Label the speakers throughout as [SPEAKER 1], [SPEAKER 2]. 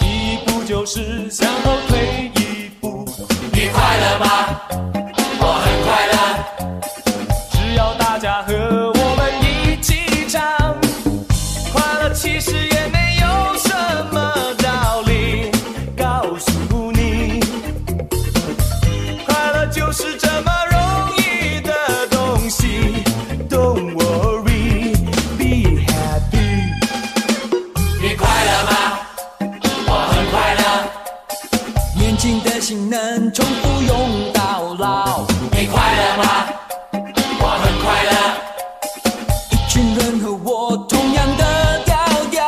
[SPEAKER 1] 一步就是向后退一步。你快乐吗？我很快乐。只要大家和我们一起唱，快乐其实也没有什么道理。告诉你，快乐就是这么容易的东西。Don't worry, be happy。你快乐吗？我很快乐，年轻的心能重复用到老。你快乐吗？我很快乐，一群人和我同样的调调。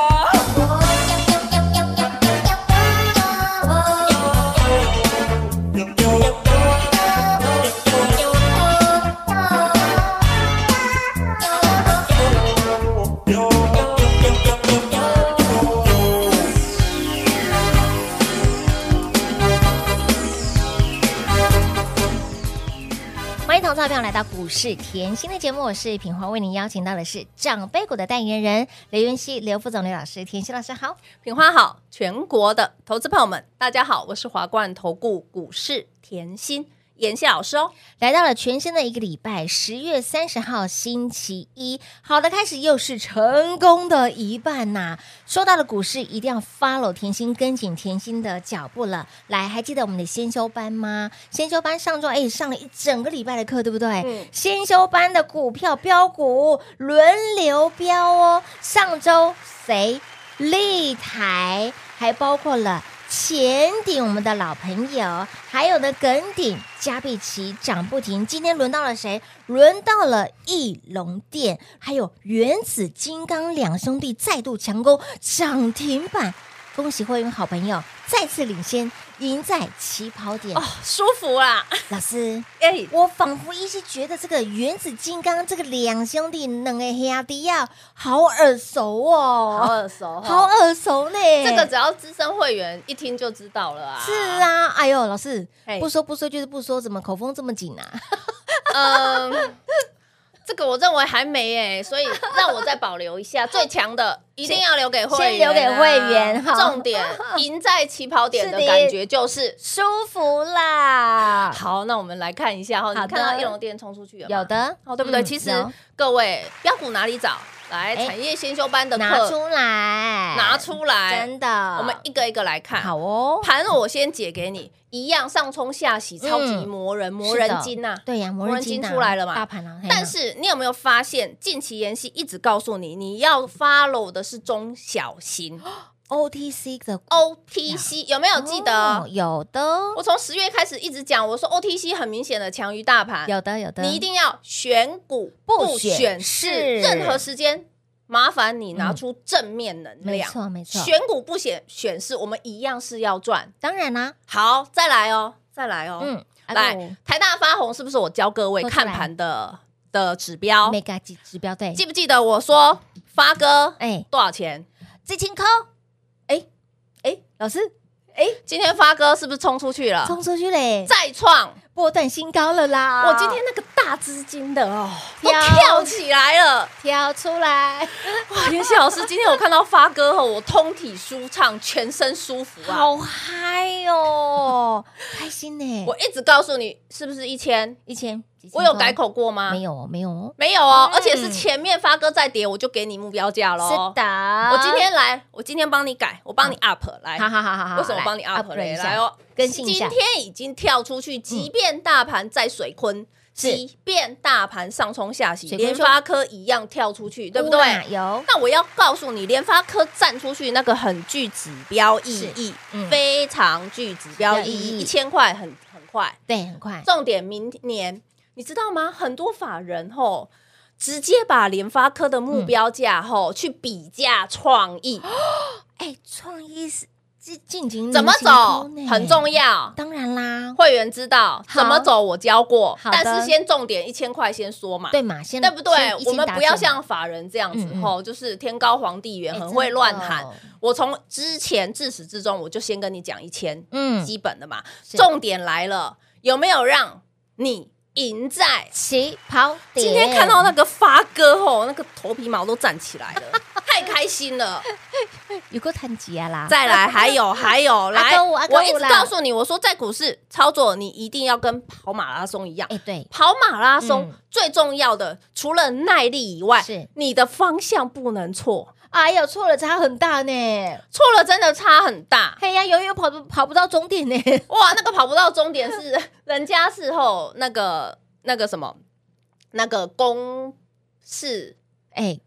[SPEAKER 2] 欢迎投资者朋友来到股市甜心的节目，我是品花，为您邀请到的是长辈股的代言人刘云熙、刘副总、刘老师，甜心老师好。
[SPEAKER 3] 品花好，全国的投资朋友们，大家好，我是华冠投顾股市甜心妍希老师哦。
[SPEAKER 2] 来到了全新的一个礼拜，十月三十号星期一，好的开始又是成功的一半呐、说到了股市，一定要 follow 甜心，跟紧甜心的脚步了。来，还记得我们的先修班吗？先修班上周哎上了一整个礼拜的课，对不对？
[SPEAKER 3] 嗯
[SPEAKER 2] 先修班的股票标股轮流标哦，上周谁？立台，还包括了前顶我们的老朋友，还有呢耿鼎、加碧奇涨不停。今天轮到了谁？轮到了翼龙店，还有原子金刚两兄弟再度强攻涨停板。恭喜会员好朋友再次领先，赢在起跑点。
[SPEAKER 3] 哦，舒服啦！
[SPEAKER 2] 老师，
[SPEAKER 3] 哎，
[SPEAKER 2] 我仿佛依稀觉得这个原子金刚这个两兄弟能个黑迪亚好耳熟哦，
[SPEAKER 3] 好耳熟、哦，
[SPEAKER 2] 好耳熟呢。
[SPEAKER 3] 哦这个只要资深会员一听就知道了啊。
[SPEAKER 2] 是，啊，哎呦，老师
[SPEAKER 3] 嘿
[SPEAKER 2] 不说不说就是不说，怎么口风这么紧啊？
[SPEAKER 3] 嗯，这个我认为还没哎、所以让我再保留一下。最强的一定要留给会员、啊
[SPEAKER 2] 先留给会员好
[SPEAKER 3] 重点赢在起跑点的
[SPEAKER 2] 是的
[SPEAKER 3] 感觉就是。
[SPEAKER 2] 舒服啦，
[SPEAKER 3] 好，那我们来看一下哈，你
[SPEAKER 2] 好的
[SPEAKER 3] 看到翼龙店冲出去了吗
[SPEAKER 2] 有的
[SPEAKER 3] 哦，对不对？
[SPEAKER 2] 嗯
[SPEAKER 3] 其实
[SPEAKER 2] 有
[SPEAKER 3] 各位标股哪里找？来，
[SPEAKER 2] 哎
[SPEAKER 3] 产业先修班的课
[SPEAKER 2] 拿出来，
[SPEAKER 3] 拿，出来，
[SPEAKER 2] 真的，
[SPEAKER 3] 我们一个一个来看。
[SPEAKER 2] 好，哦，
[SPEAKER 3] 盘我先解给你，一样上冲下洗，超级魔人，魔人精呐、
[SPEAKER 2] 嗯对呀，磨
[SPEAKER 3] 磨
[SPEAKER 2] 人
[SPEAKER 3] 人
[SPEAKER 2] 金
[SPEAKER 3] 筋
[SPEAKER 2] 啊
[SPEAKER 3] 出来了嘛
[SPEAKER 2] 大盘啊，嘿啊
[SPEAKER 3] 但是你有没有发现，近期妍希一直告诉你，你要 follow 的是中小型
[SPEAKER 2] 哦 OTC 的
[SPEAKER 3] OTC，有没有记得？
[SPEAKER 2] 哦有的，
[SPEAKER 3] 我从十月开始一直讲，我说 OTC 很明显的强于大盘，
[SPEAKER 2] 有的，有的，
[SPEAKER 3] 你一定要选股
[SPEAKER 2] 不选
[SPEAKER 3] 选
[SPEAKER 2] 市
[SPEAKER 3] 市，任何时间麻烦你拿出正面能
[SPEAKER 2] 没
[SPEAKER 3] 量。
[SPEAKER 2] 错没错，
[SPEAKER 3] 选股不选选市，我们一样是要赚。
[SPEAKER 2] 当然啦，
[SPEAKER 3] 好，再来哦，再来哦。
[SPEAKER 2] 嗯，
[SPEAKER 3] 来，台大发红是不是我教各位
[SPEAKER 2] 说出来
[SPEAKER 3] 看盘的的指标
[SPEAKER 2] 每？个指指标对，
[SPEAKER 3] 记不记得我说发哥
[SPEAKER 2] 哎，
[SPEAKER 3] 多少钱？
[SPEAKER 2] 最轻扣，
[SPEAKER 3] 哎，
[SPEAKER 2] 老师
[SPEAKER 3] 今天发哥是不是冲出去了？
[SPEAKER 2] 冲出去嘞，
[SPEAKER 3] 再创，
[SPEAKER 2] 波段新高了啦，
[SPEAKER 3] 我今天那个大资金的哦，都
[SPEAKER 2] 跳
[SPEAKER 3] 跳起来了。
[SPEAKER 2] 挑出来。
[SPEAKER 3] 哇，妍希老师，今天我看到发哥后，我通体舒畅，全身舒服啊！
[SPEAKER 2] 好嗨哦，开心呢！
[SPEAKER 3] 我一直告诉你，是不是一千？
[SPEAKER 2] 一千，几千
[SPEAKER 3] 我有
[SPEAKER 2] 块
[SPEAKER 3] 改口过吗？
[SPEAKER 2] 没，有哦？没有哦，
[SPEAKER 3] 没有哦。
[SPEAKER 2] 嗯
[SPEAKER 3] 而且是前面发哥在跌，我就给你目标价哦喽。
[SPEAKER 2] 是的。
[SPEAKER 3] 我
[SPEAKER 2] 我
[SPEAKER 3] 今天来，我今天帮你改，我帮你 up 来。
[SPEAKER 2] 啊好好好好好，
[SPEAKER 3] 为什么帮你
[SPEAKER 2] up
[SPEAKER 3] up 嘞？
[SPEAKER 2] 一
[SPEAKER 3] 来
[SPEAKER 2] 下？
[SPEAKER 3] 哦，
[SPEAKER 2] 更新一
[SPEAKER 3] 今
[SPEAKER 2] 下
[SPEAKER 3] 天已经跳出去，即便大盘在水坤，
[SPEAKER 2] 是
[SPEAKER 3] 即便大盘上冲下洗，
[SPEAKER 2] 水龟
[SPEAKER 3] 联
[SPEAKER 2] 说
[SPEAKER 3] 发科一样跳出去，对不对？
[SPEAKER 2] 哇有
[SPEAKER 3] 那我要告诉你，联发科站出去那个很具指标意义，
[SPEAKER 2] 嗯
[SPEAKER 3] 非常具指标意义，
[SPEAKER 2] 指标意义
[SPEAKER 3] 一千块很很快。
[SPEAKER 2] 对，很快，
[SPEAKER 3] 重点明年，你知道吗？很多法人吼。直接把联发科的
[SPEAKER 2] 嗯
[SPEAKER 3] 目标价吼、去比价创意，
[SPEAKER 2] 哎，创意是是近景
[SPEAKER 3] 嗯怎么走很重
[SPEAKER 2] 要，
[SPEAKER 3] 要，
[SPEAKER 2] 当然啦，
[SPEAKER 3] 会员知道
[SPEAKER 2] 好
[SPEAKER 3] 怎么走，我教过，
[SPEAKER 2] 好的
[SPEAKER 3] 但是先重点一千块先说嘛，
[SPEAKER 2] 对嘛，先
[SPEAKER 3] 对不对
[SPEAKER 2] 先一？
[SPEAKER 3] 我
[SPEAKER 2] 心
[SPEAKER 3] 们
[SPEAKER 2] 打
[SPEAKER 3] 不要
[SPEAKER 2] 准
[SPEAKER 3] 像法人这样子
[SPEAKER 2] 嗯嗯
[SPEAKER 3] 吼，就是天高皇帝远，
[SPEAKER 2] 哎
[SPEAKER 3] 很会乱
[SPEAKER 2] 真
[SPEAKER 3] 喊
[SPEAKER 2] 的哦。
[SPEAKER 3] 我从之前自始至终，我就先跟你讲一千
[SPEAKER 2] 嗯
[SPEAKER 3] 基本的嘛，
[SPEAKER 2] 是
[SPEAKER 3] 重点来了，有没有让你赢在？
[SPEAKER 2] 起跑点。
[SPEAKER 3] 今天看到那个发哥吼，那个头皮毛都站起来了， 太开心了。
[SPEAKER 2] 有个弹吉啊啦，
[SPEAKER 3] 再 来，还有还有，
[SPEAKER 2] 阿
[SPEAKER 3] 来，
[SPEAKER 2] 哥五阿哥五
[SPEAKER 3] 我一直
[SPEAKER 2] 啦
[SPEAKER 3] 告诉你，我说在股市操作，你一定要跟跑马拉松一样。
[SPEAKER 2] 哎对，
[SPEAKER 3] 跑马拉松
[SPEAKER 2] 嗯
[SPEAKER 3] 最重要的，除了耐力以外，
[SPEAKER 2] 是
[SPEAKER 3] 你的方向不能错，
[SPEAKER 2] 哎呦错了差很大呢，
[SPEAKER 3] 错了真的差很大。
[SPEAKER 2] 嘿呀，永远跑不跑不到终点呢，
[SPEAKER 3] 哇，那个跑不到终点是 人家事后那个那个什么那个公事，
[SPEAKER 2] 哎，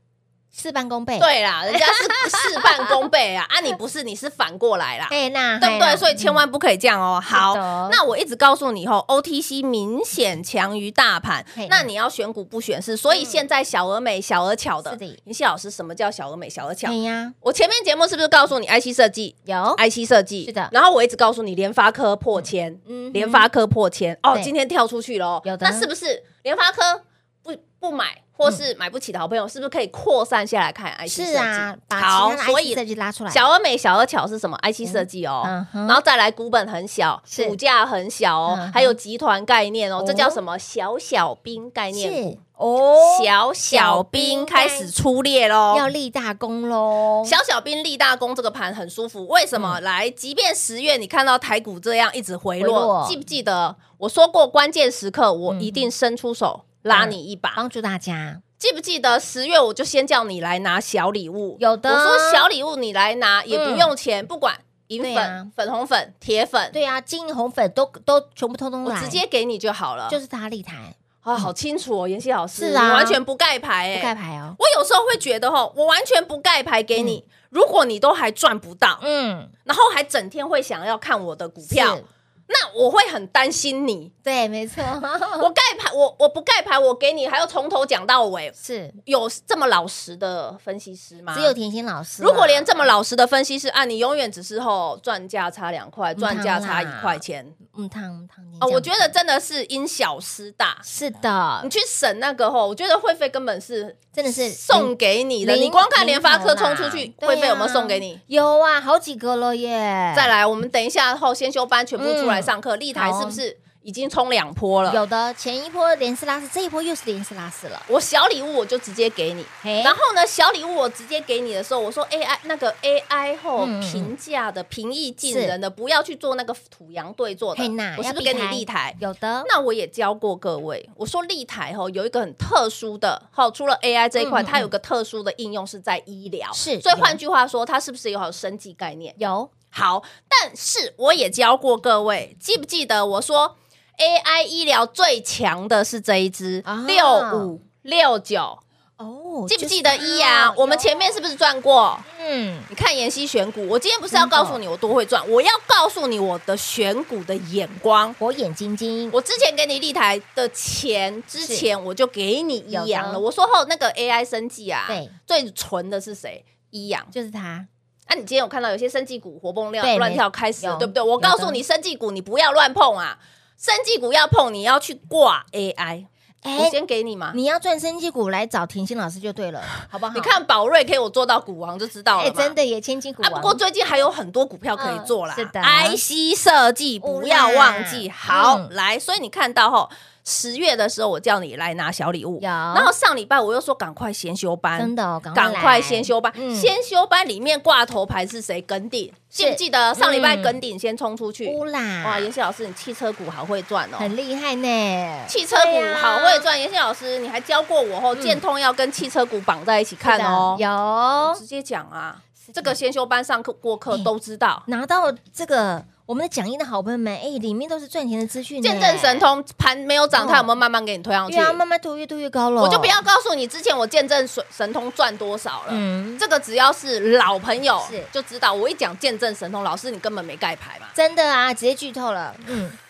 [SPEAKER 2] 事半功倍，，
[SPEAKER 3] 对啦，人家是事半功倍啊，啊你不是，你是反过来啦。
[SPEAKER 2] 哎那
[SPEAKER 3] 对不
[SPEAKER 2] 嘿
[SPEAKER 3] 对？
[SPEAKER 2] 啦
[SPEAKER 3] 所以千万不可以这样哦。
[SPEAKER 2] 嗯
[SPEAKER 3] 好
[SPEAKER 2] 是的，
[SPEAKER 3] 那我一直告诉你后，OTC 明显强于大盘
[SPEAKER 2] 嘿，
[SPEAKER 3] 那你要选股不选市。所以现在小而美、小而巧的
[SPEAKER 2] 嗯是的，
[SPEAKER 3] 林夕老师，什么叫小而美、小而巧
[SPEAKER 2] 哎？呀啊
[SPEAKER 3] 我前面节目是不是告诉你 IC 设计？
[SPEAKER 2] 有
[SPEAKER 3] IC 设计
[SPEAKER 2] 是的
[SPEAKER 3] 然后我一直告诉你联发科破千，
[SPEAKER 2] 嗯哼
[SPEAKER 3] 联发科破千哦
[SPEAKER 2] 对，
[SPEAKER 3] 今天跳出去了哦，
[SPEAKER 2] 有的
[SPEAKER 3] 那是不是联发科不不买或是买不起的好朋友，是不是可以扩散下来看 IC 设计？
[SPEAKER 2] 是啊，把
[SPEAKER 3] 好
[SPEAKER 2] 其，他
[SPEAKER 3] 所
[SPEAKER 2] 的 IC
[SPEAKER 3] 以
[SPEAKER 2] 设计拉出来，
[SPEAKER 3] 小而美、小而巧是什么？IC 设计哦，
[SPEAKER 2] 嗯哼
[SPEAKER 3] 然后再来股本很小，
[SPEAKER 2] 是
[SPEAKER 3] 股价很小哦，
[SPEAKER 2] 嗯哼
[SPEAKER 3] 还有集团概念哦，
[SPEAKER 2] 哦
[SPEAKER 3] 这叫什么？小小兵概念股，
[SPEAKER 2] 是哦，
[SPEAKER 3] 小小兵开始出列喽。
[SPEAKER 2] 要立大功喽，
[SPEAKER 3] 小小兵立大功，这个盘很舒服。为什
[SPEAKER 2] 嗯
[SPEAKER 3] 么？来，即便十月你看到台股这样一直回
[SPEAKER 2] 回落嗯
[SPEAKER 3] 落，记不记得我说过，关键时刻我一定伸出手拉你一把。
[SPEAKER 2] 帮助大家，
[SPEAKER 3] 记不记得十月我就先叫你来拿小礼物？
[SPEAKER 2] 有的嗯
[SPEAKER 3] 我说小礼物你来拿也不用钱，不管银
[SPEAKER 2] 对啊
[SPEAKER 3] 粉、粉红粉、铁粉，
[SPEAKER 2] 对啊，金银红粉都都全部通通
[SPEAKER 3] 我
[SPEAKER 2] 来，
[SPEAKER 3] 直接给你就好了。
[SPEAKER 2] 就是他立台
[SPEAKER 3] 啊，好清楚哦，妍希老师，
[SPEAKER 2] 是啊
[SPEAKER 3] 你完全不盖牌
[SPEAKER 2] 不
[SPEAKER 3] 哎。
[SPEAKER 2] 盖牌哦，
[SPEAKER 3] 我有时候会觉得吼，我完全不盖牌给你，如果你都还赚不到，
[SPEAKER 2] 嗯，
[SPEAKER 3] 然后还整天会想要看我的股票
[SPEAKER 2] 是，
[SPEAKER 3] 那我会很担心你。
[SPEAKER 2] 对，没 错，
[SPEAKER 3] 我盖牌，我我不盖牌，我给你还要从头讲到尾，
[SPEAKER 2] 是
[SPEAKER 3] 有这么老实的分析师吗？
[SPEAKER 2] 只有甜心老师啦，
[SPEAKER 3] 如果连这么老实的分析师啊，你永远只是后赚价差两块，
[SPEAKER 2] 嗯当
[SPEAKER 3] 赚价差
[SPEAKER 2] 然
[SPEAKER 3] 一块钱
[SPEAKER 2] 嗯汤嗯汤，你
[SPEAKER 3] 啊，
[SPEAKER 2] 这样
[SPEAKER 3] 我觉得真的是因小失大。
[SPEAKER 2] 是的
[SPEAKER 3] 你，去省那个吼，我觉得会费根本是
[SPEAKER 2] 真的是
[SPEAKER 3] 送给你的。
[SPEAKER 2] 零
[SPEAKER 3] 你光看联发科冲出
[SPEAKER 2] 零
[SPEAKER 3] 去，
[SPEAKER 2] 头啦
[SPEAKER 3] 会费有没有送给你？？
[SPEAKER 2] 对啊有啊，好几个了耶，
[SPEAKER 3] 再来，我们等一下后先修班全部出来上课，立台
[SPEAKER 2] 嗯好
[SPEAKER 3] 是不是已经冲两波了？
[SPEAKER 2] 有的前一波连丝拉丝，这一波又是连丝拉丝了，
[SPEAKER 3] 我小礼物我就直接给你，
[SPEAKER 2] 嘿
[SPEAKER 3] 然后呢，小礼物我直接给你的时候，我说 AI 那个 AI 后
[SPEAKER 2] 嗯嗯
[SPEAKER 3] 评价的平易近
[SPEAKER 2] 是
[SPEAKER 3] 人的，不要去做那个土洋对坐的
[SPEAKER 2] 嘿娜，
[SPEAKER 3] 我是不是
[SPEAKER 2] 要避
[SPEAKER 3] 给你
[SPEAKER 2] 开
[SPEAKER 3] 立台？
[SPEAKER 2] 有的
[SPEAKER 3] 那我也教过各位，我说立台吼有一个很特殊的，好，除了 AI 这一
[SPEAKER 2] 嗯
[SPEAKER 3] 块，
[SPEAKER 2] 嗯
[SPEAKER 3] 它有个特殊的应用是在医疗，
[SPEAKER 2] 是
[SPEAKER 3] 所以
[SPEAKER 2] 有
[SPEAKER 3] 换句话说，它是不是有好生计概念？
[SPEAKER 2] 有
[SPEAKER 3] 好，但是我也教过各位，记不记得我说 AI 医疗最强的是这一支
[SPEAKER 2] 啊
[SPEAKER 3] 六五六九，
[SPEAKER 2] 哦，
[SPEAKER 3] 记
[SPEAKER 2] 就
[SPEAKER 3] 不
[SPEAKER 2] 是啊
[SPEAKER 3] 记得一呀、
[SPEAKER 2] 它
[SPEAKER 3] 我们前面是不是赚过？
[SPEAKER 2] 嗯
[SPEAKER 3] 你看妍希选股，我今天不是要告诉你我多会赚，我要告诉你我的选股的眼光。
[SPEAKER 2] 火眼金睛，
[SPEAKER 3] 我之前给你立台的钱之前，我就给你一阳
[SPEAKER 2] 有的
[SPEAKER 3] 了。我说后那个 AI 生技啊，
[SPEAKER 2] 对，
[SPEAKER 3] 最纯的是谁？一阳。
[SPEAKER 2] 就是他，
[SPEAKER 3] 啊，你今天有看到有些生技股活蹦
[SPEAKER 2] 对
[SPEAKER 3] 乱
[SPEAKER 2] 没
[SPEAKER 3] 乱跳开始了
[SPEAKER 2] 有
[SPEAKER 3] 对不对？我
[SPEAKER 2] 的
[SPEAKER 3] 告诉你，生技股你不要乱碰啊！生技股要碰，你要去挂 AI。我
[SPEAKER 2] 哎，
[SPEAKER 3] 先给你嘛，
[SPEAKER 2] 你要赚生技股来找甜心老师就对 了，好不好？
[SPEAKER 3] 你看宝瑞可以我做到股王就知道了
[SPEAKER 2] 哎，
[SPEAKER 3] 嘛。
[SPEAKER 2] 真的耶，千金股
[SPEAKER 3] 啊，
[SPEAKER 2] 王。
[SPEAKER 3] 不过最近还有很多股票可以做啦。
[SPEAKER 2] 嗯是的
[SPEAKER 3] IC 设计不要忘记。
[SPEAKER 2] 不啦
[SPEAKER 3] 好，
[SPEAKER 2] 嗯
[SPEAKER 3] 来，所以你看到吼，十月的时候我叫你来拿小礼物，
[SPEAKER 2] 有
[SPEAKER 3] 然后上礼拜我又说赶快先修班，
[SPEAKER 2] 啊真的哦赶快
[SPEAKER 3] 赶快
[SPEAKER 2] 来
[SPEAKER 3] 先修班。
[SPEAKER 2] 嗯
[SPEAKER 3] 先修班里面挂头牌是谁？耿鼎，记不记得上礼拜耿鼎先冲出去？
[SPEAKER 2] 乌啦，
[SPEAKER 3] 哇，妍希老师，你汽车股好会赚哦。
[SPEAKER 2] 嗯很厉害呢。
[SPEAKER 3] 汽车股
[SPEAKER 2] 对啊
[SPEAKER 3] 好会赚，妍希老师，你还教过我哦，建通要跟汽车股绑在一起看哦。
[SPEAKER 2] 是的有嗯
[SPEAKER 3] 直接讲啊，这个先修班上课过课都知道。
[SPEAKER 2] 拿到这个我们的讲义的好朋友们，哎，里面都是赚钱的资讯呢，
[SPEAKER 3] 见证神通盘没有涨，它有没有慢慢给你推上去
[SPEAKER 2] 越？要嗯啊慢慢拖越拖越高了，
[SPEAKER 3] 我就不要告诉你之前我见证神神通赚多少了。
[SPEAKER 2] 嗯，
[SPEAKER 3] 这个只要是老朋友
[SPEAKER 2] 是
[SPEAKER 3] 就知道，我一讲见证神通，老师你根本没盖牌嘛。
[SPEAKER 2] 真的啊，直接剧透了，嗯。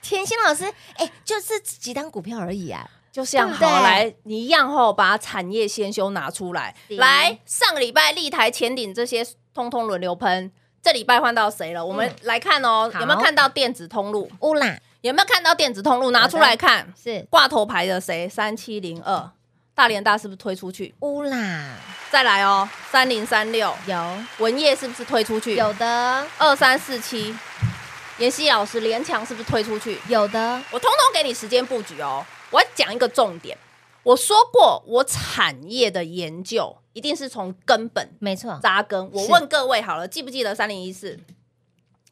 [SPEAKER 2] 甜心老师，哎、就这几档股票而已啊，
[SPEAKER 3] 就像
[SPEAKER 2] 对不对
[SPEAKER 3] 好来，你一样吼，把产业先修拿出来。
[SPEAKER 2] 是
[SPEAKER 3] 来，上个礼拜立台、前顶这些通通轮流喷，这礼拜换到谁了？我们来看哦，
[SPEAKER 2] 好
[SPEAKER 3] 有没有看到电子通路？
[SPEAKER 2] 乌啦，
[SPEAKER 3] 有没有看到电子通路？拿出来看，
[SPEAKER 2] 是
[SPEAKER 3] 挂头牌的谁？三七零二，大连大是不是推出去？
[SPEAKER 2] 乌啦，
[SPEAKER 3] 再来哦，三零三六，
[SPEAKER 2] 有
[SPEAKER 3] 文业是不是推出去？
[SPEAKER 2] 有的
[SPEAKER 3] 二三四七，妍希老师联强是不是推出去？
[SPEAKER 2] 有的，
[SPEAKER 3] 我通通给你时间布局哦。我要讲一个重点，我说过，我产业的研究一定是从根本
[SPEAKER 2] 没错，
[SPEAKER 3] 扎根。我
[SPEAKER 2] 是
[SPEAKER 3] 问各位好了，记不记得三零一四？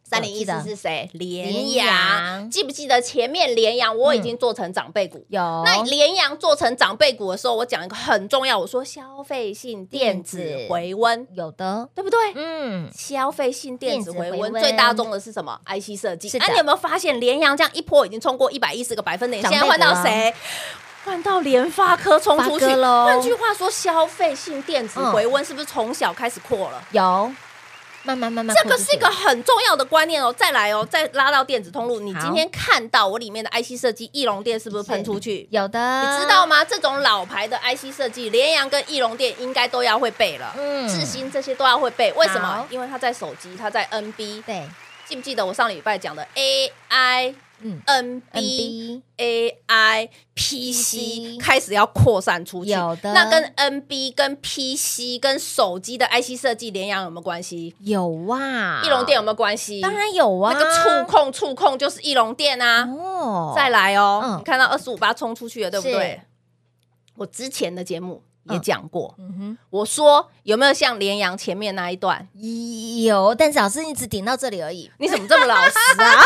[SPEAKER 3] 三零一
[SPEAKER 2] 哦记得
[SPEAKER 3] 四是谁？联
[SPEAKER 2] 联
[SPEAKER 3] 阳，
[SPEAKER 2] 阳
[SPEAKER 3] 记不记得前面联阳我已经做成长辈股？
[SPEAKER 2] 有
[SPEAKER 3] 那联阳做成长辈股的时候，我讲一个很重要，我说消费性电
[SPEAKER 2] 电
[SPEAKER 3] 子
[SPEAKER 2] 子
[SPEAKER 3] 回温，
[SPEAKER 2] 有的，
[SPEAKER 3] 对不对？
[SPEAKER 2] 嗯，
[SPEAKER 3] 消费性电子回温
[SPEAKER 2] 电子回温
[SPEAKER 3] 最大宗的是什么？IC 设计啊
[SPEAKER 2] 是。的
[SPEAKER 3] 那、你有没有发现联阳这样一波已经冲过一百一十个百分点？
[SPEAKER 2] 长
[SPEAKER 3] 现
[SPEAKER 2] 辈
[SPEAKER 3] 在
[SPEAKER 2] 股
[SPEAKER 3] 换到谁？换到联发科冲出
[SPEAKER 2] 发
[SPEAKER 3] 去
[SPEAKER 2] 哥嗯喽
[SPEAKER 3] 换句话说，消费性电子回温是不是从小开始扩了？
[SPEAKER 2] 有，慢慢慢慢，
[SPEAKER 3] 这个是一个很重要的观念哦。再来哦，再拉到电子通路，你
[SPEAKER 2] 好
[SPEAKER 3] 今天看到我里面的 IC 设计翼龙店是不是喷出去？
[SPEAKER 2] 有的，
[SPEAKER 3] 你知道？吗？这种老牌的 IC 设计，联阳跟翼龙店应该都要会背了。
[SPEAKER 2] 嗯
[SPEAKER 3] 智新这些都要会背，为什么
[SPEAKER 2] 好？
[SPEAKER 3] 因为它在手机，它在 NB，
[SPEAKER 2] 对，
[SPEAKER 3] 记不记得我上礼拜讲的 AI、
[SPEAKER 2] 嗯
[SPEAKER 3] NB、
[SPEAKER 2] ，NB
[SPEAKER 3] AI、PC 开始要扩散出去？
[SPEAKER 2] 有的
[SPEAKER 3] 那跟 NB、跟 PC、跟手机的 IC 设计联阳有没有关系？
[SPEAKER 2] 有啊，
[SPEAKER 3] 翼龙店有没有关系？
[SPEAKER 2] 当然有啊，
[SPEAKER 3] 那个触控触控就是翼龙店啊。
[SPEAKER 2] 哦，
[SPEAKER 3] 再来哦，
[SPEAKER 2] 嗯
[SPEAKER 3] 你看到二十五八冲出去了，对不对
[SPEAKER 2] 是？
[SPEAKER 3] 我之前的节目也讲过，
[SPEAKER 2] 嗯
[SPEAKER 3] 我说有没有像联阳前面那一 段？
[SPEAKER 2] 哼，有，但是老师你只点到这里而已，
[SPEAKER 3] 你怎么这么老实 啊？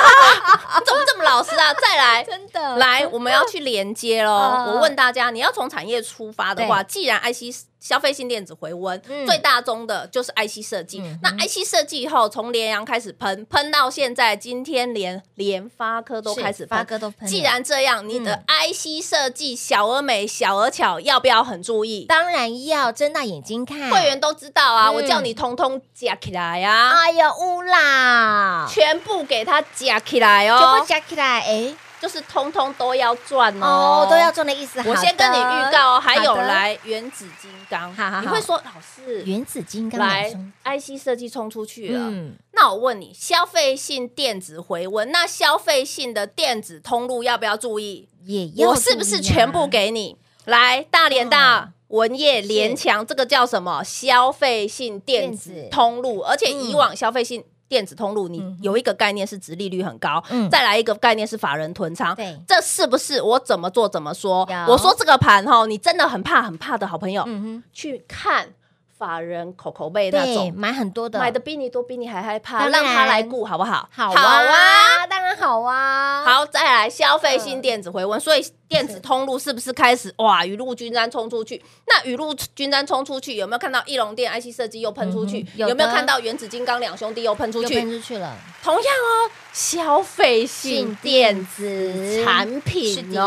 [SPEAKER 3] 你怎么这么老实啊？再来，
[SPEAKER 2] 真的
[SPEAKER 3] 来，我们要去连接喽。
[SPEAKER 2] 嗯
[SPEAKER 3] 我问大家，你要从产业出发的话，既然 IC 消费性电子回温，
[SPEAKER 2] 嗯
[SPEAKER 3] 最大宗的就是 IC 设计
[SPEAKER 2] 嗯哼。
[SPEAKER 3] 那 IC 设计以后，从联阳开始喷，喷到现在，今天连联发科都开始
[SPEAKER 2] 发
[SPEAKER 3] 喷。
[SPEAKER 2] 哥都喷了，
[SPEAKER 3] 既然这样，你
[SPEAKER 2] 嗯
[SPEAKER 3] 的 IC 设计小而美、小而巧，要不要很注意？
[SPEAKER 2] 当然要睁大眼睛看，
[SPEAKER 3] 会员都知道啊，
[SPEAKER 2] 嗯
[SPEAKER 3] 我叫你通通加起来啊，
[SPEAKER 2] 哎呀乌啦，
[SPEAKER 3] 全部给它加起来
[SPEAKER 2] 全
[SPEAKER 3] 哦
[SPEAKER 2] 部，加起来，哎
[SPEAKER 3] 就是通通都要赚
[SPEAKER 2] 哦，，
[SPEAKER 3] 哦
[SPEAKER 2] 都要。中的意思，好
[SPEAKER 3] 我先跟你
[SPEAKER 2] 的
[SPEAKER 3] 预告哦，还有
[SPEAKER 2] 好的
[SPEAKER 3] 来原子金刚
[SPEAKER 2] 好好好，
[SPEAKER 3] 你会说老师
[SPEAKER 2] 原子金刚
[SPEAKER 3] 来
[SPEAKER 2] 两松
[SPEAKER 3] IC 设计冲出去了，
[SPEAKER 2] 嗯，
[SPEAKER 3] 那我问你，消费性电子回温，那消费性的电子通路要不要注意？
[SPEAKER 2] 也要
[SPEAKER 3] 我是不
[SPEAKER 2] 注
[SPEAKER 3] 是
[SPEAKER 2] 意
[SPEAKER 3] 全部
[SPEAKER 2] 啊
[SPEAKER 3] 给你？来，大连大、文业、
[SPEAKER 2] 嗯是
[SPEAKER 3] 联强，这个叫什么？消费性电
[SPEAKER 2] 电
[SPEAKER 3] 子
[SPEAKER 2] 子嗯
[SPEAKER 3] 通路，而且以往消费性。电子通路，你
[SPEAKER 2] 嗯哼
[SPEAKER 3] 有一个概念是殖利率很高，
[SPEAKER 2] 嗯
[SPEAKER 3] 再来一个概念是法人囤仓，
[SPEAKER 2] 对
[SPEAKER 3] 这是不是我怎么做怎么说
[SPEAKER 2] 有？
[SPEAKER 3] 我说这个盘哈，你真的很怕很怕的好朋友，
[SPEAKER 2] 嗯哼，
[SPEAKER 3] 去看法人口口碑那
[SPEAKER 2] 啊对，
[SPEAKER 3] 种，
[SPEAKER 2] 买很多的，
[SPEAKER 3] 买的比你多，比你还害怕，
[SPEAKER 2] 当
[SPEAKER 3] 让他
[SPEAKER 2] 然
[SPEAKER 3] 来顾好不好？
[SPEAKER 2] 好
[SPEAKER 3] 好啊，
[SPEAKER 2] 啊，当然好啊，
[SPEAKER 3] 好，再来消费性电子回温，所以电子通路是不是开始哇雨露均沾冲出去？那雨露均沾冲出去，有没有看到翼龙电 IC 设计又喷出去
[SPEAKER 2] 嗯？哼有的
[SPEAKER 3] 有没有看到原子金刚两兄弟又喷出
[SPEAKER 2] 又
[SPEAKER 3] 去？
[SPEAKER 2] 喷出去了，
[SPEAKER 3] 同样哦，消费性电子产品哦
[SPEAKER 2] 是，的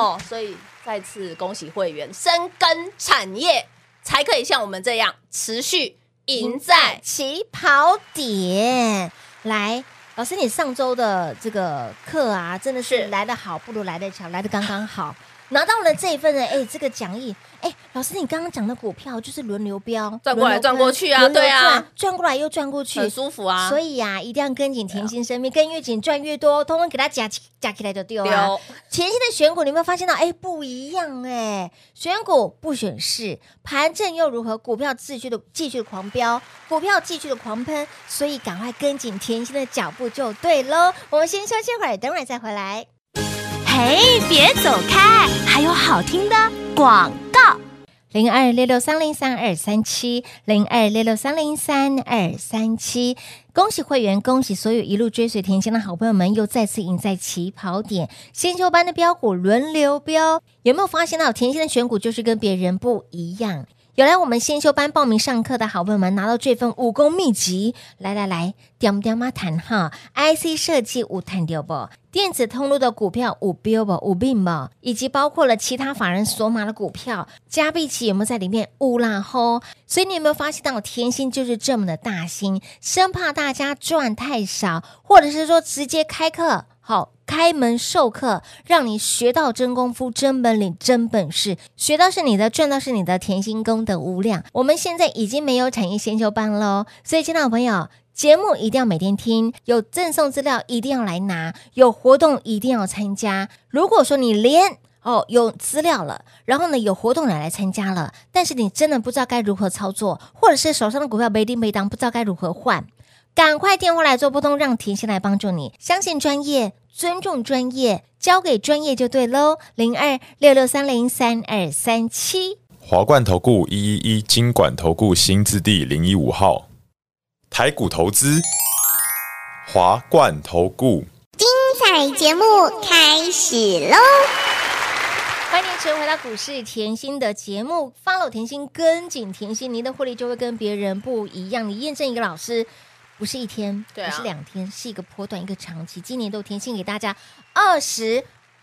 [SPEAKER 3] 吼，所以再次恭喜会员，深耕产业才可以像我们这样持续赢在
[SPEAKER 2] 起跑点来。老师，你上周的这个课啊，真的是
[SPEAKER 3] 是
[SPEAKER 2] 来得好，不如来得巧，来得刚刚好，拿到了这一 份的哎，这个讲义，哎，老师，你刚刚讲的股票就是轮流标，
[SPEAKER 3] 转过来
[SPEAKER 2] 轮流
[SPEAKER 3] 转过去啊
[SPEAKER 2] 喷轮流
[SPEAKER 3] 对啊
[SPEAKER 2] 转，转过来又转过去
[SPEAKER 3] 很，舒服啊。
[SPEAKER 2] 所以呀、一定要跟紧甜心生命，跟越紧赚越多，通通给它夹起夹起来就丢啊。
[SPEAKER 3] 有
[SPEAKER 2] 甜心的选股，你有没有发现到？哎，不一样哎，选股不选市，盘正又如何？股票继续的继续地狂飙，股票继续的狂喷，所以赶快跟紧甜心的脚步就对喽。我们先休息会儿，等会儿再回来。
[SPEAKER 4] 嘿，别走开，还有好听的广告。
[SPEAKER 2] 零二六六三零三二三七，零二六六三零三二三七。恭喜会员，恭喜所有一路追随甜心的好朋友们，又再次赢在起跑点。先修班的标股轮流标，有没有发现到甜心的选股就是跟别人不一样？有来我们先修班报名上课的好朋友们，拿到这份武功秘籍，来来来，点点嘛谈哈，IC 设计有谈掉不？电子通路的股票有标不？有病不？以及包括了其他法人索马的股票，加币企有没有在里面？有啦吼！所以你有没有发现到甜心就是这么的大心，生怕大家赚太少，或者是说直接开课好。开门授课，让你学到真功夫、真本领、真本事，学到是你的，赚到是你的，甜心功德无量。我们现在已经没有产业先修班喽，所以，亲爱的朋友。节目一定要每天听，有赠送资料一定要来拿，有活动一定要参加。如果说你连哦，有资料了，然后呢有活动也来参加了，但是你真的不知道该如何操作，或者是手上的股票没丁没当，不知道该如何换，赶快电话来做拨通，让甜心来帮助你。相信专业，尊重专业，交给专业就对喽。零二六六三零三二三七。
[SPEAKER 5] 华冠投顾一一一金管投顾新字第零一五号，台股投资，华冠投顾。
[SPEAKER 6] 彩节目开始喽！
[SPEAKER 2] 欢迎持续回到股市甜心的节目，follow 甜心，跟紧甜心，您的获利就会跟别人不一样。你验证一个老师，不是一天，
[SPEAKER 3] 对啊
[SPEAKER 2] 不是两天，是一个波段，一个长期。今年度甜心给大家二十。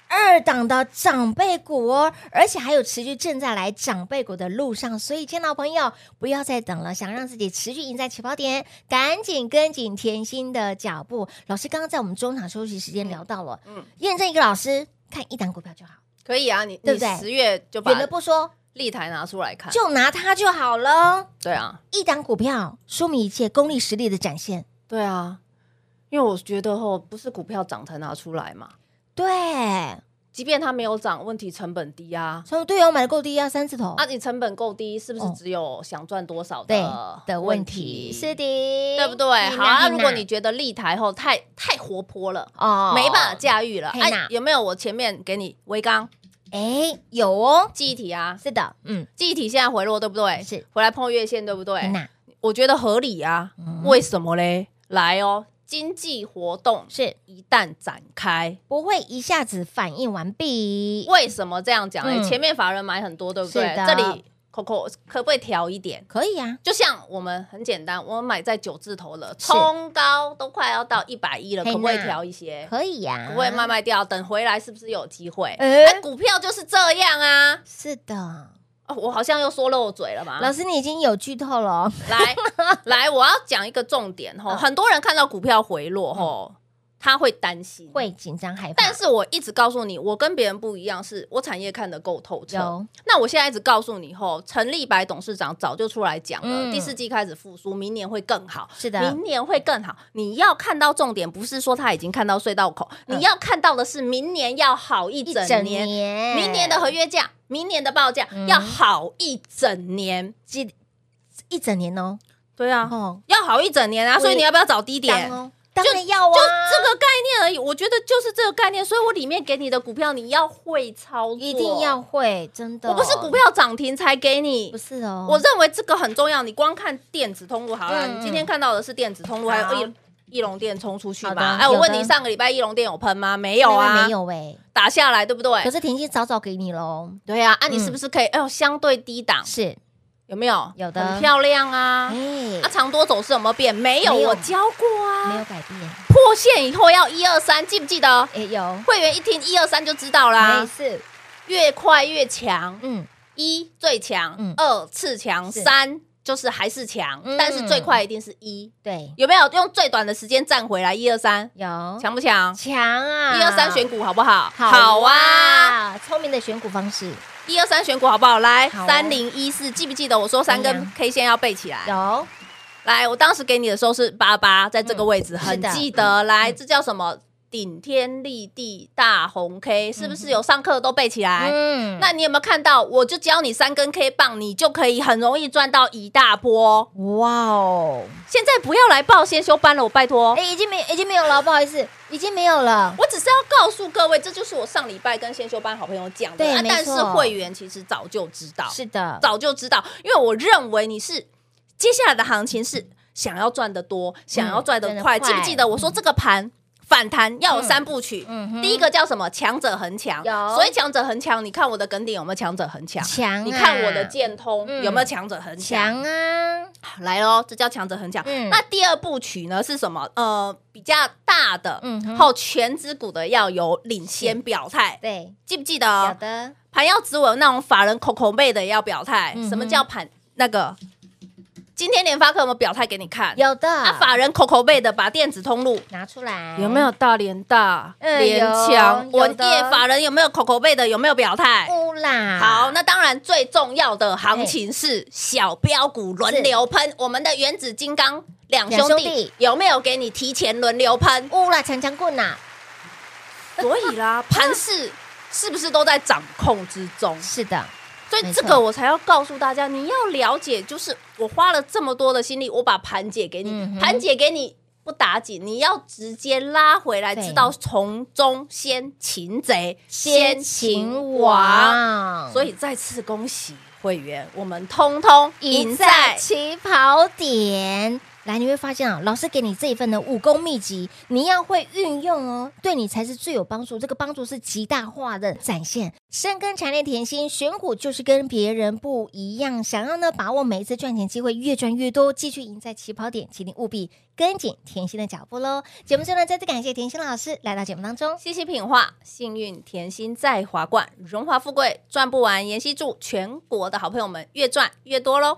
[SPEAKER 2] 二档的长辈股哦，而且还有持续正在来长辈股的路上，所以，见到朋友不要再等了，想让自己持续赢在起跑点，赶紧跟紧甜心的脚步。老师刚刚在我们中场休息时间聊到了，嗯
[SPEAKER 3] 嗯，
[SPEAKER 2] 验证一个老师看一档股票就好，
[SPEAKER 3] 可以啊，你
[SPEAKER 2] 对
[SPEAKER 3] 你
[SPEAKER 2] 不对
[SPEAKER 3] 十月就把
[SPEAKER 2] 远的不说，
[SPEAKER 3] 立台拿出来看，
[SPEAKER 2] 就拿它就好了。
[SPEAKER 3] 对啊，
[SPEAKER 2] 一档股票说明一切功力实力的展现，
[SPEAKER 3] 对啊，因为我觉得吼，不是股票涨才拿出来嘛，
[SPEAKER 2] 对，
[SPEAKER 3] 即便它没有涨，问题成本低啊，
[SPEAKER 2] 从队友买的够低要三字头，
[SPEAKER 3] 啊，你成本够低，是不
[SPEAKER 2] 哦
[SPEAKER 3] 是只有想赚多少
[SPEAKER 2] 对
[SPEAKER 3] 的
[SPEAKER 2] 的问题是的，对
[SPEAKER 3] 对不对？好啊，如果你
[SPEAKER 2] 娜
[SPEAKER 3] 觉得立台后太太活泼了。
[SPEAKER 2] 哦
[SPEAKER 3] 没办法，驾驭了，
[SPEAKER 2] 嘿
[SPEAKER 3] 哎、
[SPEAKER 2] 呐
[SPEAKER 3] 有没有我前面给你微刚
[SPEAKER 2] 哎，有哦，
[SPEAKER 3] 记忆体啊？
[SPEAKER 2] 是的，嗯，
[SPEAKER 3] 记忆体现在回落对不对？
[SPEAKER 2] 是
[SPEAKER 3] 回来碰月线对不
[SPEAKER 2] 嘿嗯
[SPEAKER 3] 对？
[SPEAKER 2] 娜
[SPEAKER 3] 我觉得合理啊，为什么嘞？来哦，经济活动
[SPEAKER 2] 是
[SPEAKER 3] 一旦展开，
[SPEAKER 2] 不会一下子反应完毕，
[SPEAKER 3] 为什么这样讲嘞？
[SPEAKER 2] 嗯
[SPEAKER 3] 前面法人买很多对不对
[SPEAKER 2] 是？的
[SPEAKER 3] 这里 Coco 可不可以调一点？
[SPEAKER 2] 可以啊，
[SPEAKER 3] 就像我们很简单，我们买在九字头了，冲高都快要到一百一了，
[SPEAKER 2] 嘿
[SPEAKER 3] 可不可以
[SPEAKER 2] 呐
[SPEAKER 3] 调一些？
[SPEAKER 2] 可以啊呀，
[SPEAKER 3] 可不可以卖卖掉？等回来是不是有机会？
[SPEAKER 2] 哎
[SPEAKER 3] 哎，股票就是这样啊！
[SPEAKER 2] 是的，
[SPEAKER 3] 哦，我好像又说漏嘴了嘛。
[SPEAKER 2] 老师你已经有剧透了哦，
[SPEAKER 3] 来来，我要讲一个重点吼，很多人看到股票回落吼，他会担心，
[SPEAKER 2] 嗯会紧张害怕，
[SPEAKER 3] 但是我一直告诉你，我跟别人不一样，是我产业看得够透彻
[SPEAKER 2] 有。
[SPEAKER 3] 那我现在一直告诉你，后陈立白董事长早就出来讲了，
[SPEAKER 2] 嗯
[SPEAKER 3] 第四季开始复苏，明年会更好。
[SPEAKER 2] 是的
[SPEAKER 3] 明年会更好。你要看到重点，不是说他已经看到隧道口，
[SPEAKER 2] 嗯
[SPEAKER 3] 你要看到的是明年要好一
[SPEAKER 2] 一
[SPEAKER 3] 整
[SPEAKER 2] 整
[SPEAKER 3] 年，
[SPEAKER 2] 年，
[SPEAKER 3] 明年的合约价，明年的报价、
[SPEAKER 2] 嗯
[SPEAKER 3] 要好一整年。
[SPEAKER 2] 几一整年哦，
[SPEAKER 3] 对啊，
[SPEAKER 2] 哦，
[SPEAKER 3] 要好一整年啊，
[SPEAKER 2] 我
[SPEAKER 3] 所以你要不要找低
[SPEAKER 2] 当
[SPEAKER 3] 点？
[SPEAKER 2] 哦，当然要啊，
[SPEAKER 3] 就这个概念而已。我觉得就是这个概念，所以我里面给你的股票你要会操作，
[SPEAKER 2] 一定要。会，真的。
[SPEAKER 3] 我不是股，票涨停才给你
[SPEAKER 2] 不，是哦。
[SPEAKER 3] 我认为这个很重要。你光看电子通路好了，
[SPEAKER 2] 嗯
[SPEAKER 3] 你今天看到的是电子通路，
[SPEAKER 2] 好
[SPEAKER 3] 还有一翼龙店冲出去
[SPEAKER 2] 好
[SPEAKER 3] 嘛？
[SPEAKER 2] 的
[SPEAKER 3] 哎，我问
[SPEAKER 2] 有
[SPEAKER 3] 你，
[SPEAKER 2] 的
[SPEAKER 3] 上个礼拜翼龙店有喷吗？没有
[SPEAKER 2] 那
[SPEAKER 3] 啊，
[SPEAKER 2] 位没，有哎。
[SPEAKER 3] 打下来对不
[SPEAKER 2] 可
[SPEAKER 3] 对？
[SPEAKER 2] 是甜心早早给你喽，
[SPEAKER 3] 对啊，啊，你
[SPEAKER 2] 嗯
[SPEAKER 3] 是不是可以？哎呦，相对低档
[SPEAKER 2] 是，
[SPEAKER 3] 有没有？
[SPEAKER 2] 有的
[SPEAKER 3] 很漂亮啊。
[SPEAKER 2] 哎
[SPEAKER 3] 啊，，长多走势有没有变？没有，
[SPEAKER 2] 没有
[SPEAKER 3] 我教过啊。
[SPEAKER 2] 没有改变，
[SPEAKER 3] 破线以后要一二三，记不记得？
[SPEAKER 2] 哎有，
[SPEAKER 3] 会员一听一二三就知道
[SPEAKER 2] 没
[SPEAKER 3] 啦，
[SPEAKER 2] 事，
[SPEAKER 3] 越快越强。
[SPEAKER 2] 嗯，
[SPEAKER 3] 一最强
[SPEAKER 2] 嗯，
[SPEAKER 3] 二次强，
[SPEAKER 2] 是
[SPEAKER 3] 三就是还是强
[SPEAKER 2] 嗯，
[SPEAKER 3] 但是最快一定是一。
[SPEAKER 2] 对，
[SPEAKER 3] 有没有用最短的时间站回来？一二三，
[SPEAKER 2] 有
[SPEAKER 3] 强不强？
[SPEAKER 2] 强啊，
[SPEAKER 3] 一二三选股好不好？
[SPEAKER 2] 好
[SPEAKER 3] 啊！
[SPEAKER 2] 啊，聪明的选股方式
[SPEAKER 3] 一二三选股好不好？来，
[SPEAKER 2] 好哦
[SPEAKER 3] 三零一四，记不记得我说三
[SPEAKER 2] 哎
[SPEAKER 3] 根
[SPEAKER 2] 呀
[SPEAKER 3] K 线要背起来？
[SPEAKER 2] 有，
[SPEAKER 3] 来，我当时给你的时候是八八，在这个位置、
[SPEAKER 2] 嗯是
[SPEAKER 3] 很
[SPEAKER 2] 的
[SPEAKER 3] 记得。来，这叫什么？顶天立地大红 K，是不是有上课都背起来？
[SPEAKER 2] 嗯
[SPEAKER 3] 那你有没有看到？我就教你三根 K 棒，你就可以很容易赚到一大波。
[SPEAKER 2] 哇哦，
[SPEAKER 3] 现在不要来报先修班了，我拜托。
[SPEAKER 2] 哎，已经没已经没有了，不好意思，已经没有了，
[SPEAKER 3] 我只是要告诉各位，这就是我上礼拜跟先修班好朋友讲的。
[SPEAKER 2] 对
[SPEAKER 3] 啊
[SPEAKER 2] 没
[SPEAKER 3] 但是
[SPEAKER 2] 错
[SPEAKER 3] 会员其实早就知道，
[SPEAKER 2] 是的，
[SPEAKER 3] 哦早就知道，因为我认为你是接下来的行情是想要赚得多，想要赚得
[SPEAKER 2] 真的
[SPEAKER 3] 快。
[SPEAKER 2] 嗯快
[SPEAKER 3] 记不记得我说这个盘反弹要有三部曲。
[SPEAKER 2] 嗯哼
[SPEAKER 3] 第一个叫什么？强者恒强。
[SPEAKER 2] 有
[SPEAKER 3] 所以强者恒强，你看我的梗顶有没有强者恒强？
[SPEAKER 2] 强啊
[SPEAKER 3] 你看我的建通
[SPEAKER 2] 嗯
[SPEAKER 3] 有没有强者恒
[SPEAKER 2] 强
[SPEAKER 3] 强？
[SPEAKER 2] 啊，
[SPEAKER 3] 来喽，这叫强者恒强。
[SPEAKER 2] 嗯
[SPEAKER 3] 那第二部曲呢是什么？呃，比较大的，
[SPEAKER 2] 嗯哼
[SPEAKER 3] 后全指股的要有领先表态，
[SPEAKER 2] 对，
[SPEAKER 3] 记不记得？哦
[SPEAKER 2] 有的，
[SPEAKER 3] 盘要止稳，那种法人口口背的也要表态。
[SPEAKER 2] 嗯哼
[SPEAKER 3] 什么叫盘？那个今天联发科有没有表态给你看？
[SPEAKER 2] 有的，
[SPEAKER 3] 啊，法人口口背的把电子通路。
[SPEAKER 2] 拿出来，
[SPEAKER 3] 有没有？大连大、
[SPEAKER 2] 嗯
[SPEAKER 3] 联强、
[SPEAKER 2] 有有
[SPEAKER 3] 文
[SPEAKER 2] 的嗯
[SPEAKER 3] 业法人有没有口口背的？有没有表态？
[SPEAKER 2] 乌啦，
[SPEAKER 3] 好，那当然最重要的行情是小标股轮流喷，我们的原子金刚两兄
[SPEAKER 2] 两兄
[SPEAKER 3] 弟
[SPEAKER 2] 弟
[SPEAKER 3] 有没有给你提前轮流喷？
[SPEAKER 2] 乌啦，强强棍啊呐，
[SPEAKER 3] 所以 啦，盘势是不是都在掌控之中？
[SPEAKER 2] 是的，
[SPEAKER 3] 所以
[SPEAKER 2] 没
[SPEAKER 3] 这
[SPEAKER 2] 错
[SPEAKER 3] 个我才要告诉大家，你要了解，就是我花了这么多的心力，我把盘解给
[SPEAKER 2] 嗯哼
[SPEAKER 3] 你，盘、解给你不打紧，你要直接拉回来，
[SPEAKER 2] 对
[SPEAKER 3] 知道从中先擒贼，
[SPEAKER 2] 先秦。王，
[SPEAKER 3] 所以再次恭喜会员，我们通通
[SPEAKER 2] 赢
[SPEAKER 3] 赢
[SPEAKER 2] 在
[SPEAKER 3] 在
[SPEAKER 2] 起跑点。来，你会发现啊，老师给你这一份的武功秘籍，你要会运用哦，对你才是最有帮助。这个帮助是极大化的展现。深耕产业甜心，选股就是跟别人不一样。想要呢把握每一次赚钱机会，越赚越多，继续赢在起跑点，请你务必跟紧甜心的脚步喽。节目最后呢，再次感谢甜心老师来到节目当中。
[SPEAKER 3] 西西品化，幸运甜心在华冠，荣华富贵赚不完。妍希祝全国的好朋友们越赚越多喽！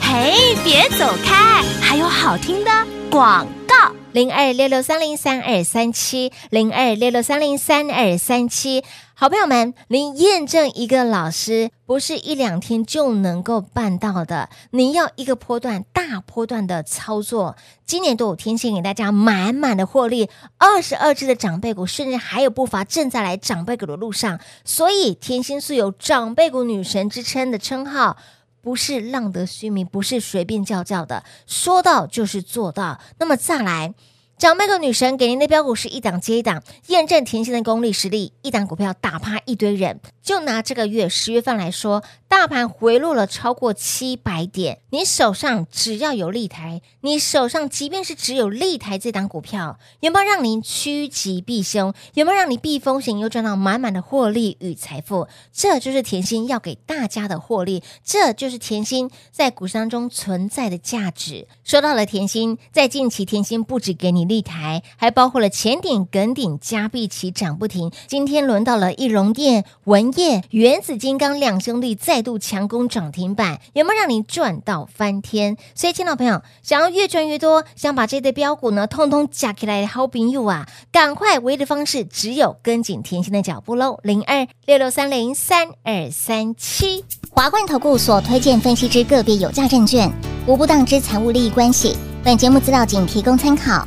[SPEAKER 4] 嘿，别走开，还有好听的广告。
[SPEAKER 2] 零二六六三零三二三七，零二六六三零三二三七。好朋友们，您验证一个老师不是一两天就能够办到的，您要一个波段、大波段的操作。今年度天线给大家满满的获利，二十二只的长辈股，甚至还有不乏正在来长辈股的路上。所以甜心素有长辈股女神之称的称号。不是浪得虚名，不是随便叫叫的，说到就是做到。那么再来，长辈股女神给您的标股是一档接一档，验证甜心的功力实力，一档股票打趴一堆人。就拿这个月十月份来说，大盘回落了超过七百点，你手上只要有立台，你手上即便是只有立台这档股票，有没有让您趋吉避凶？有没有让你避风险又赚到满满的获利与财富？这就是甜心要给大家的获利，这就是甜心在股市当中存在的价值。说到了甜心，在近期甜心不止给你立台，还包括了前顶、梗顶、加币齐涨不停。今天轮到了翼龙店、文业、原子金刚两兄弟再度强攻涨停板，有没有让你赚到翻天？所以，亲爱的朋友，想要越赚越多，想把这对标股呢，通通加起来的好朋友啊，赶快唯一的方式只有跟紧甜心的脚步喽，零二六六三零三二三七。
[SPEAKER 6] 华冠投顾所推荐分析之个别有价证券，无不当之财务利益关系。本节目资料仅提供参考，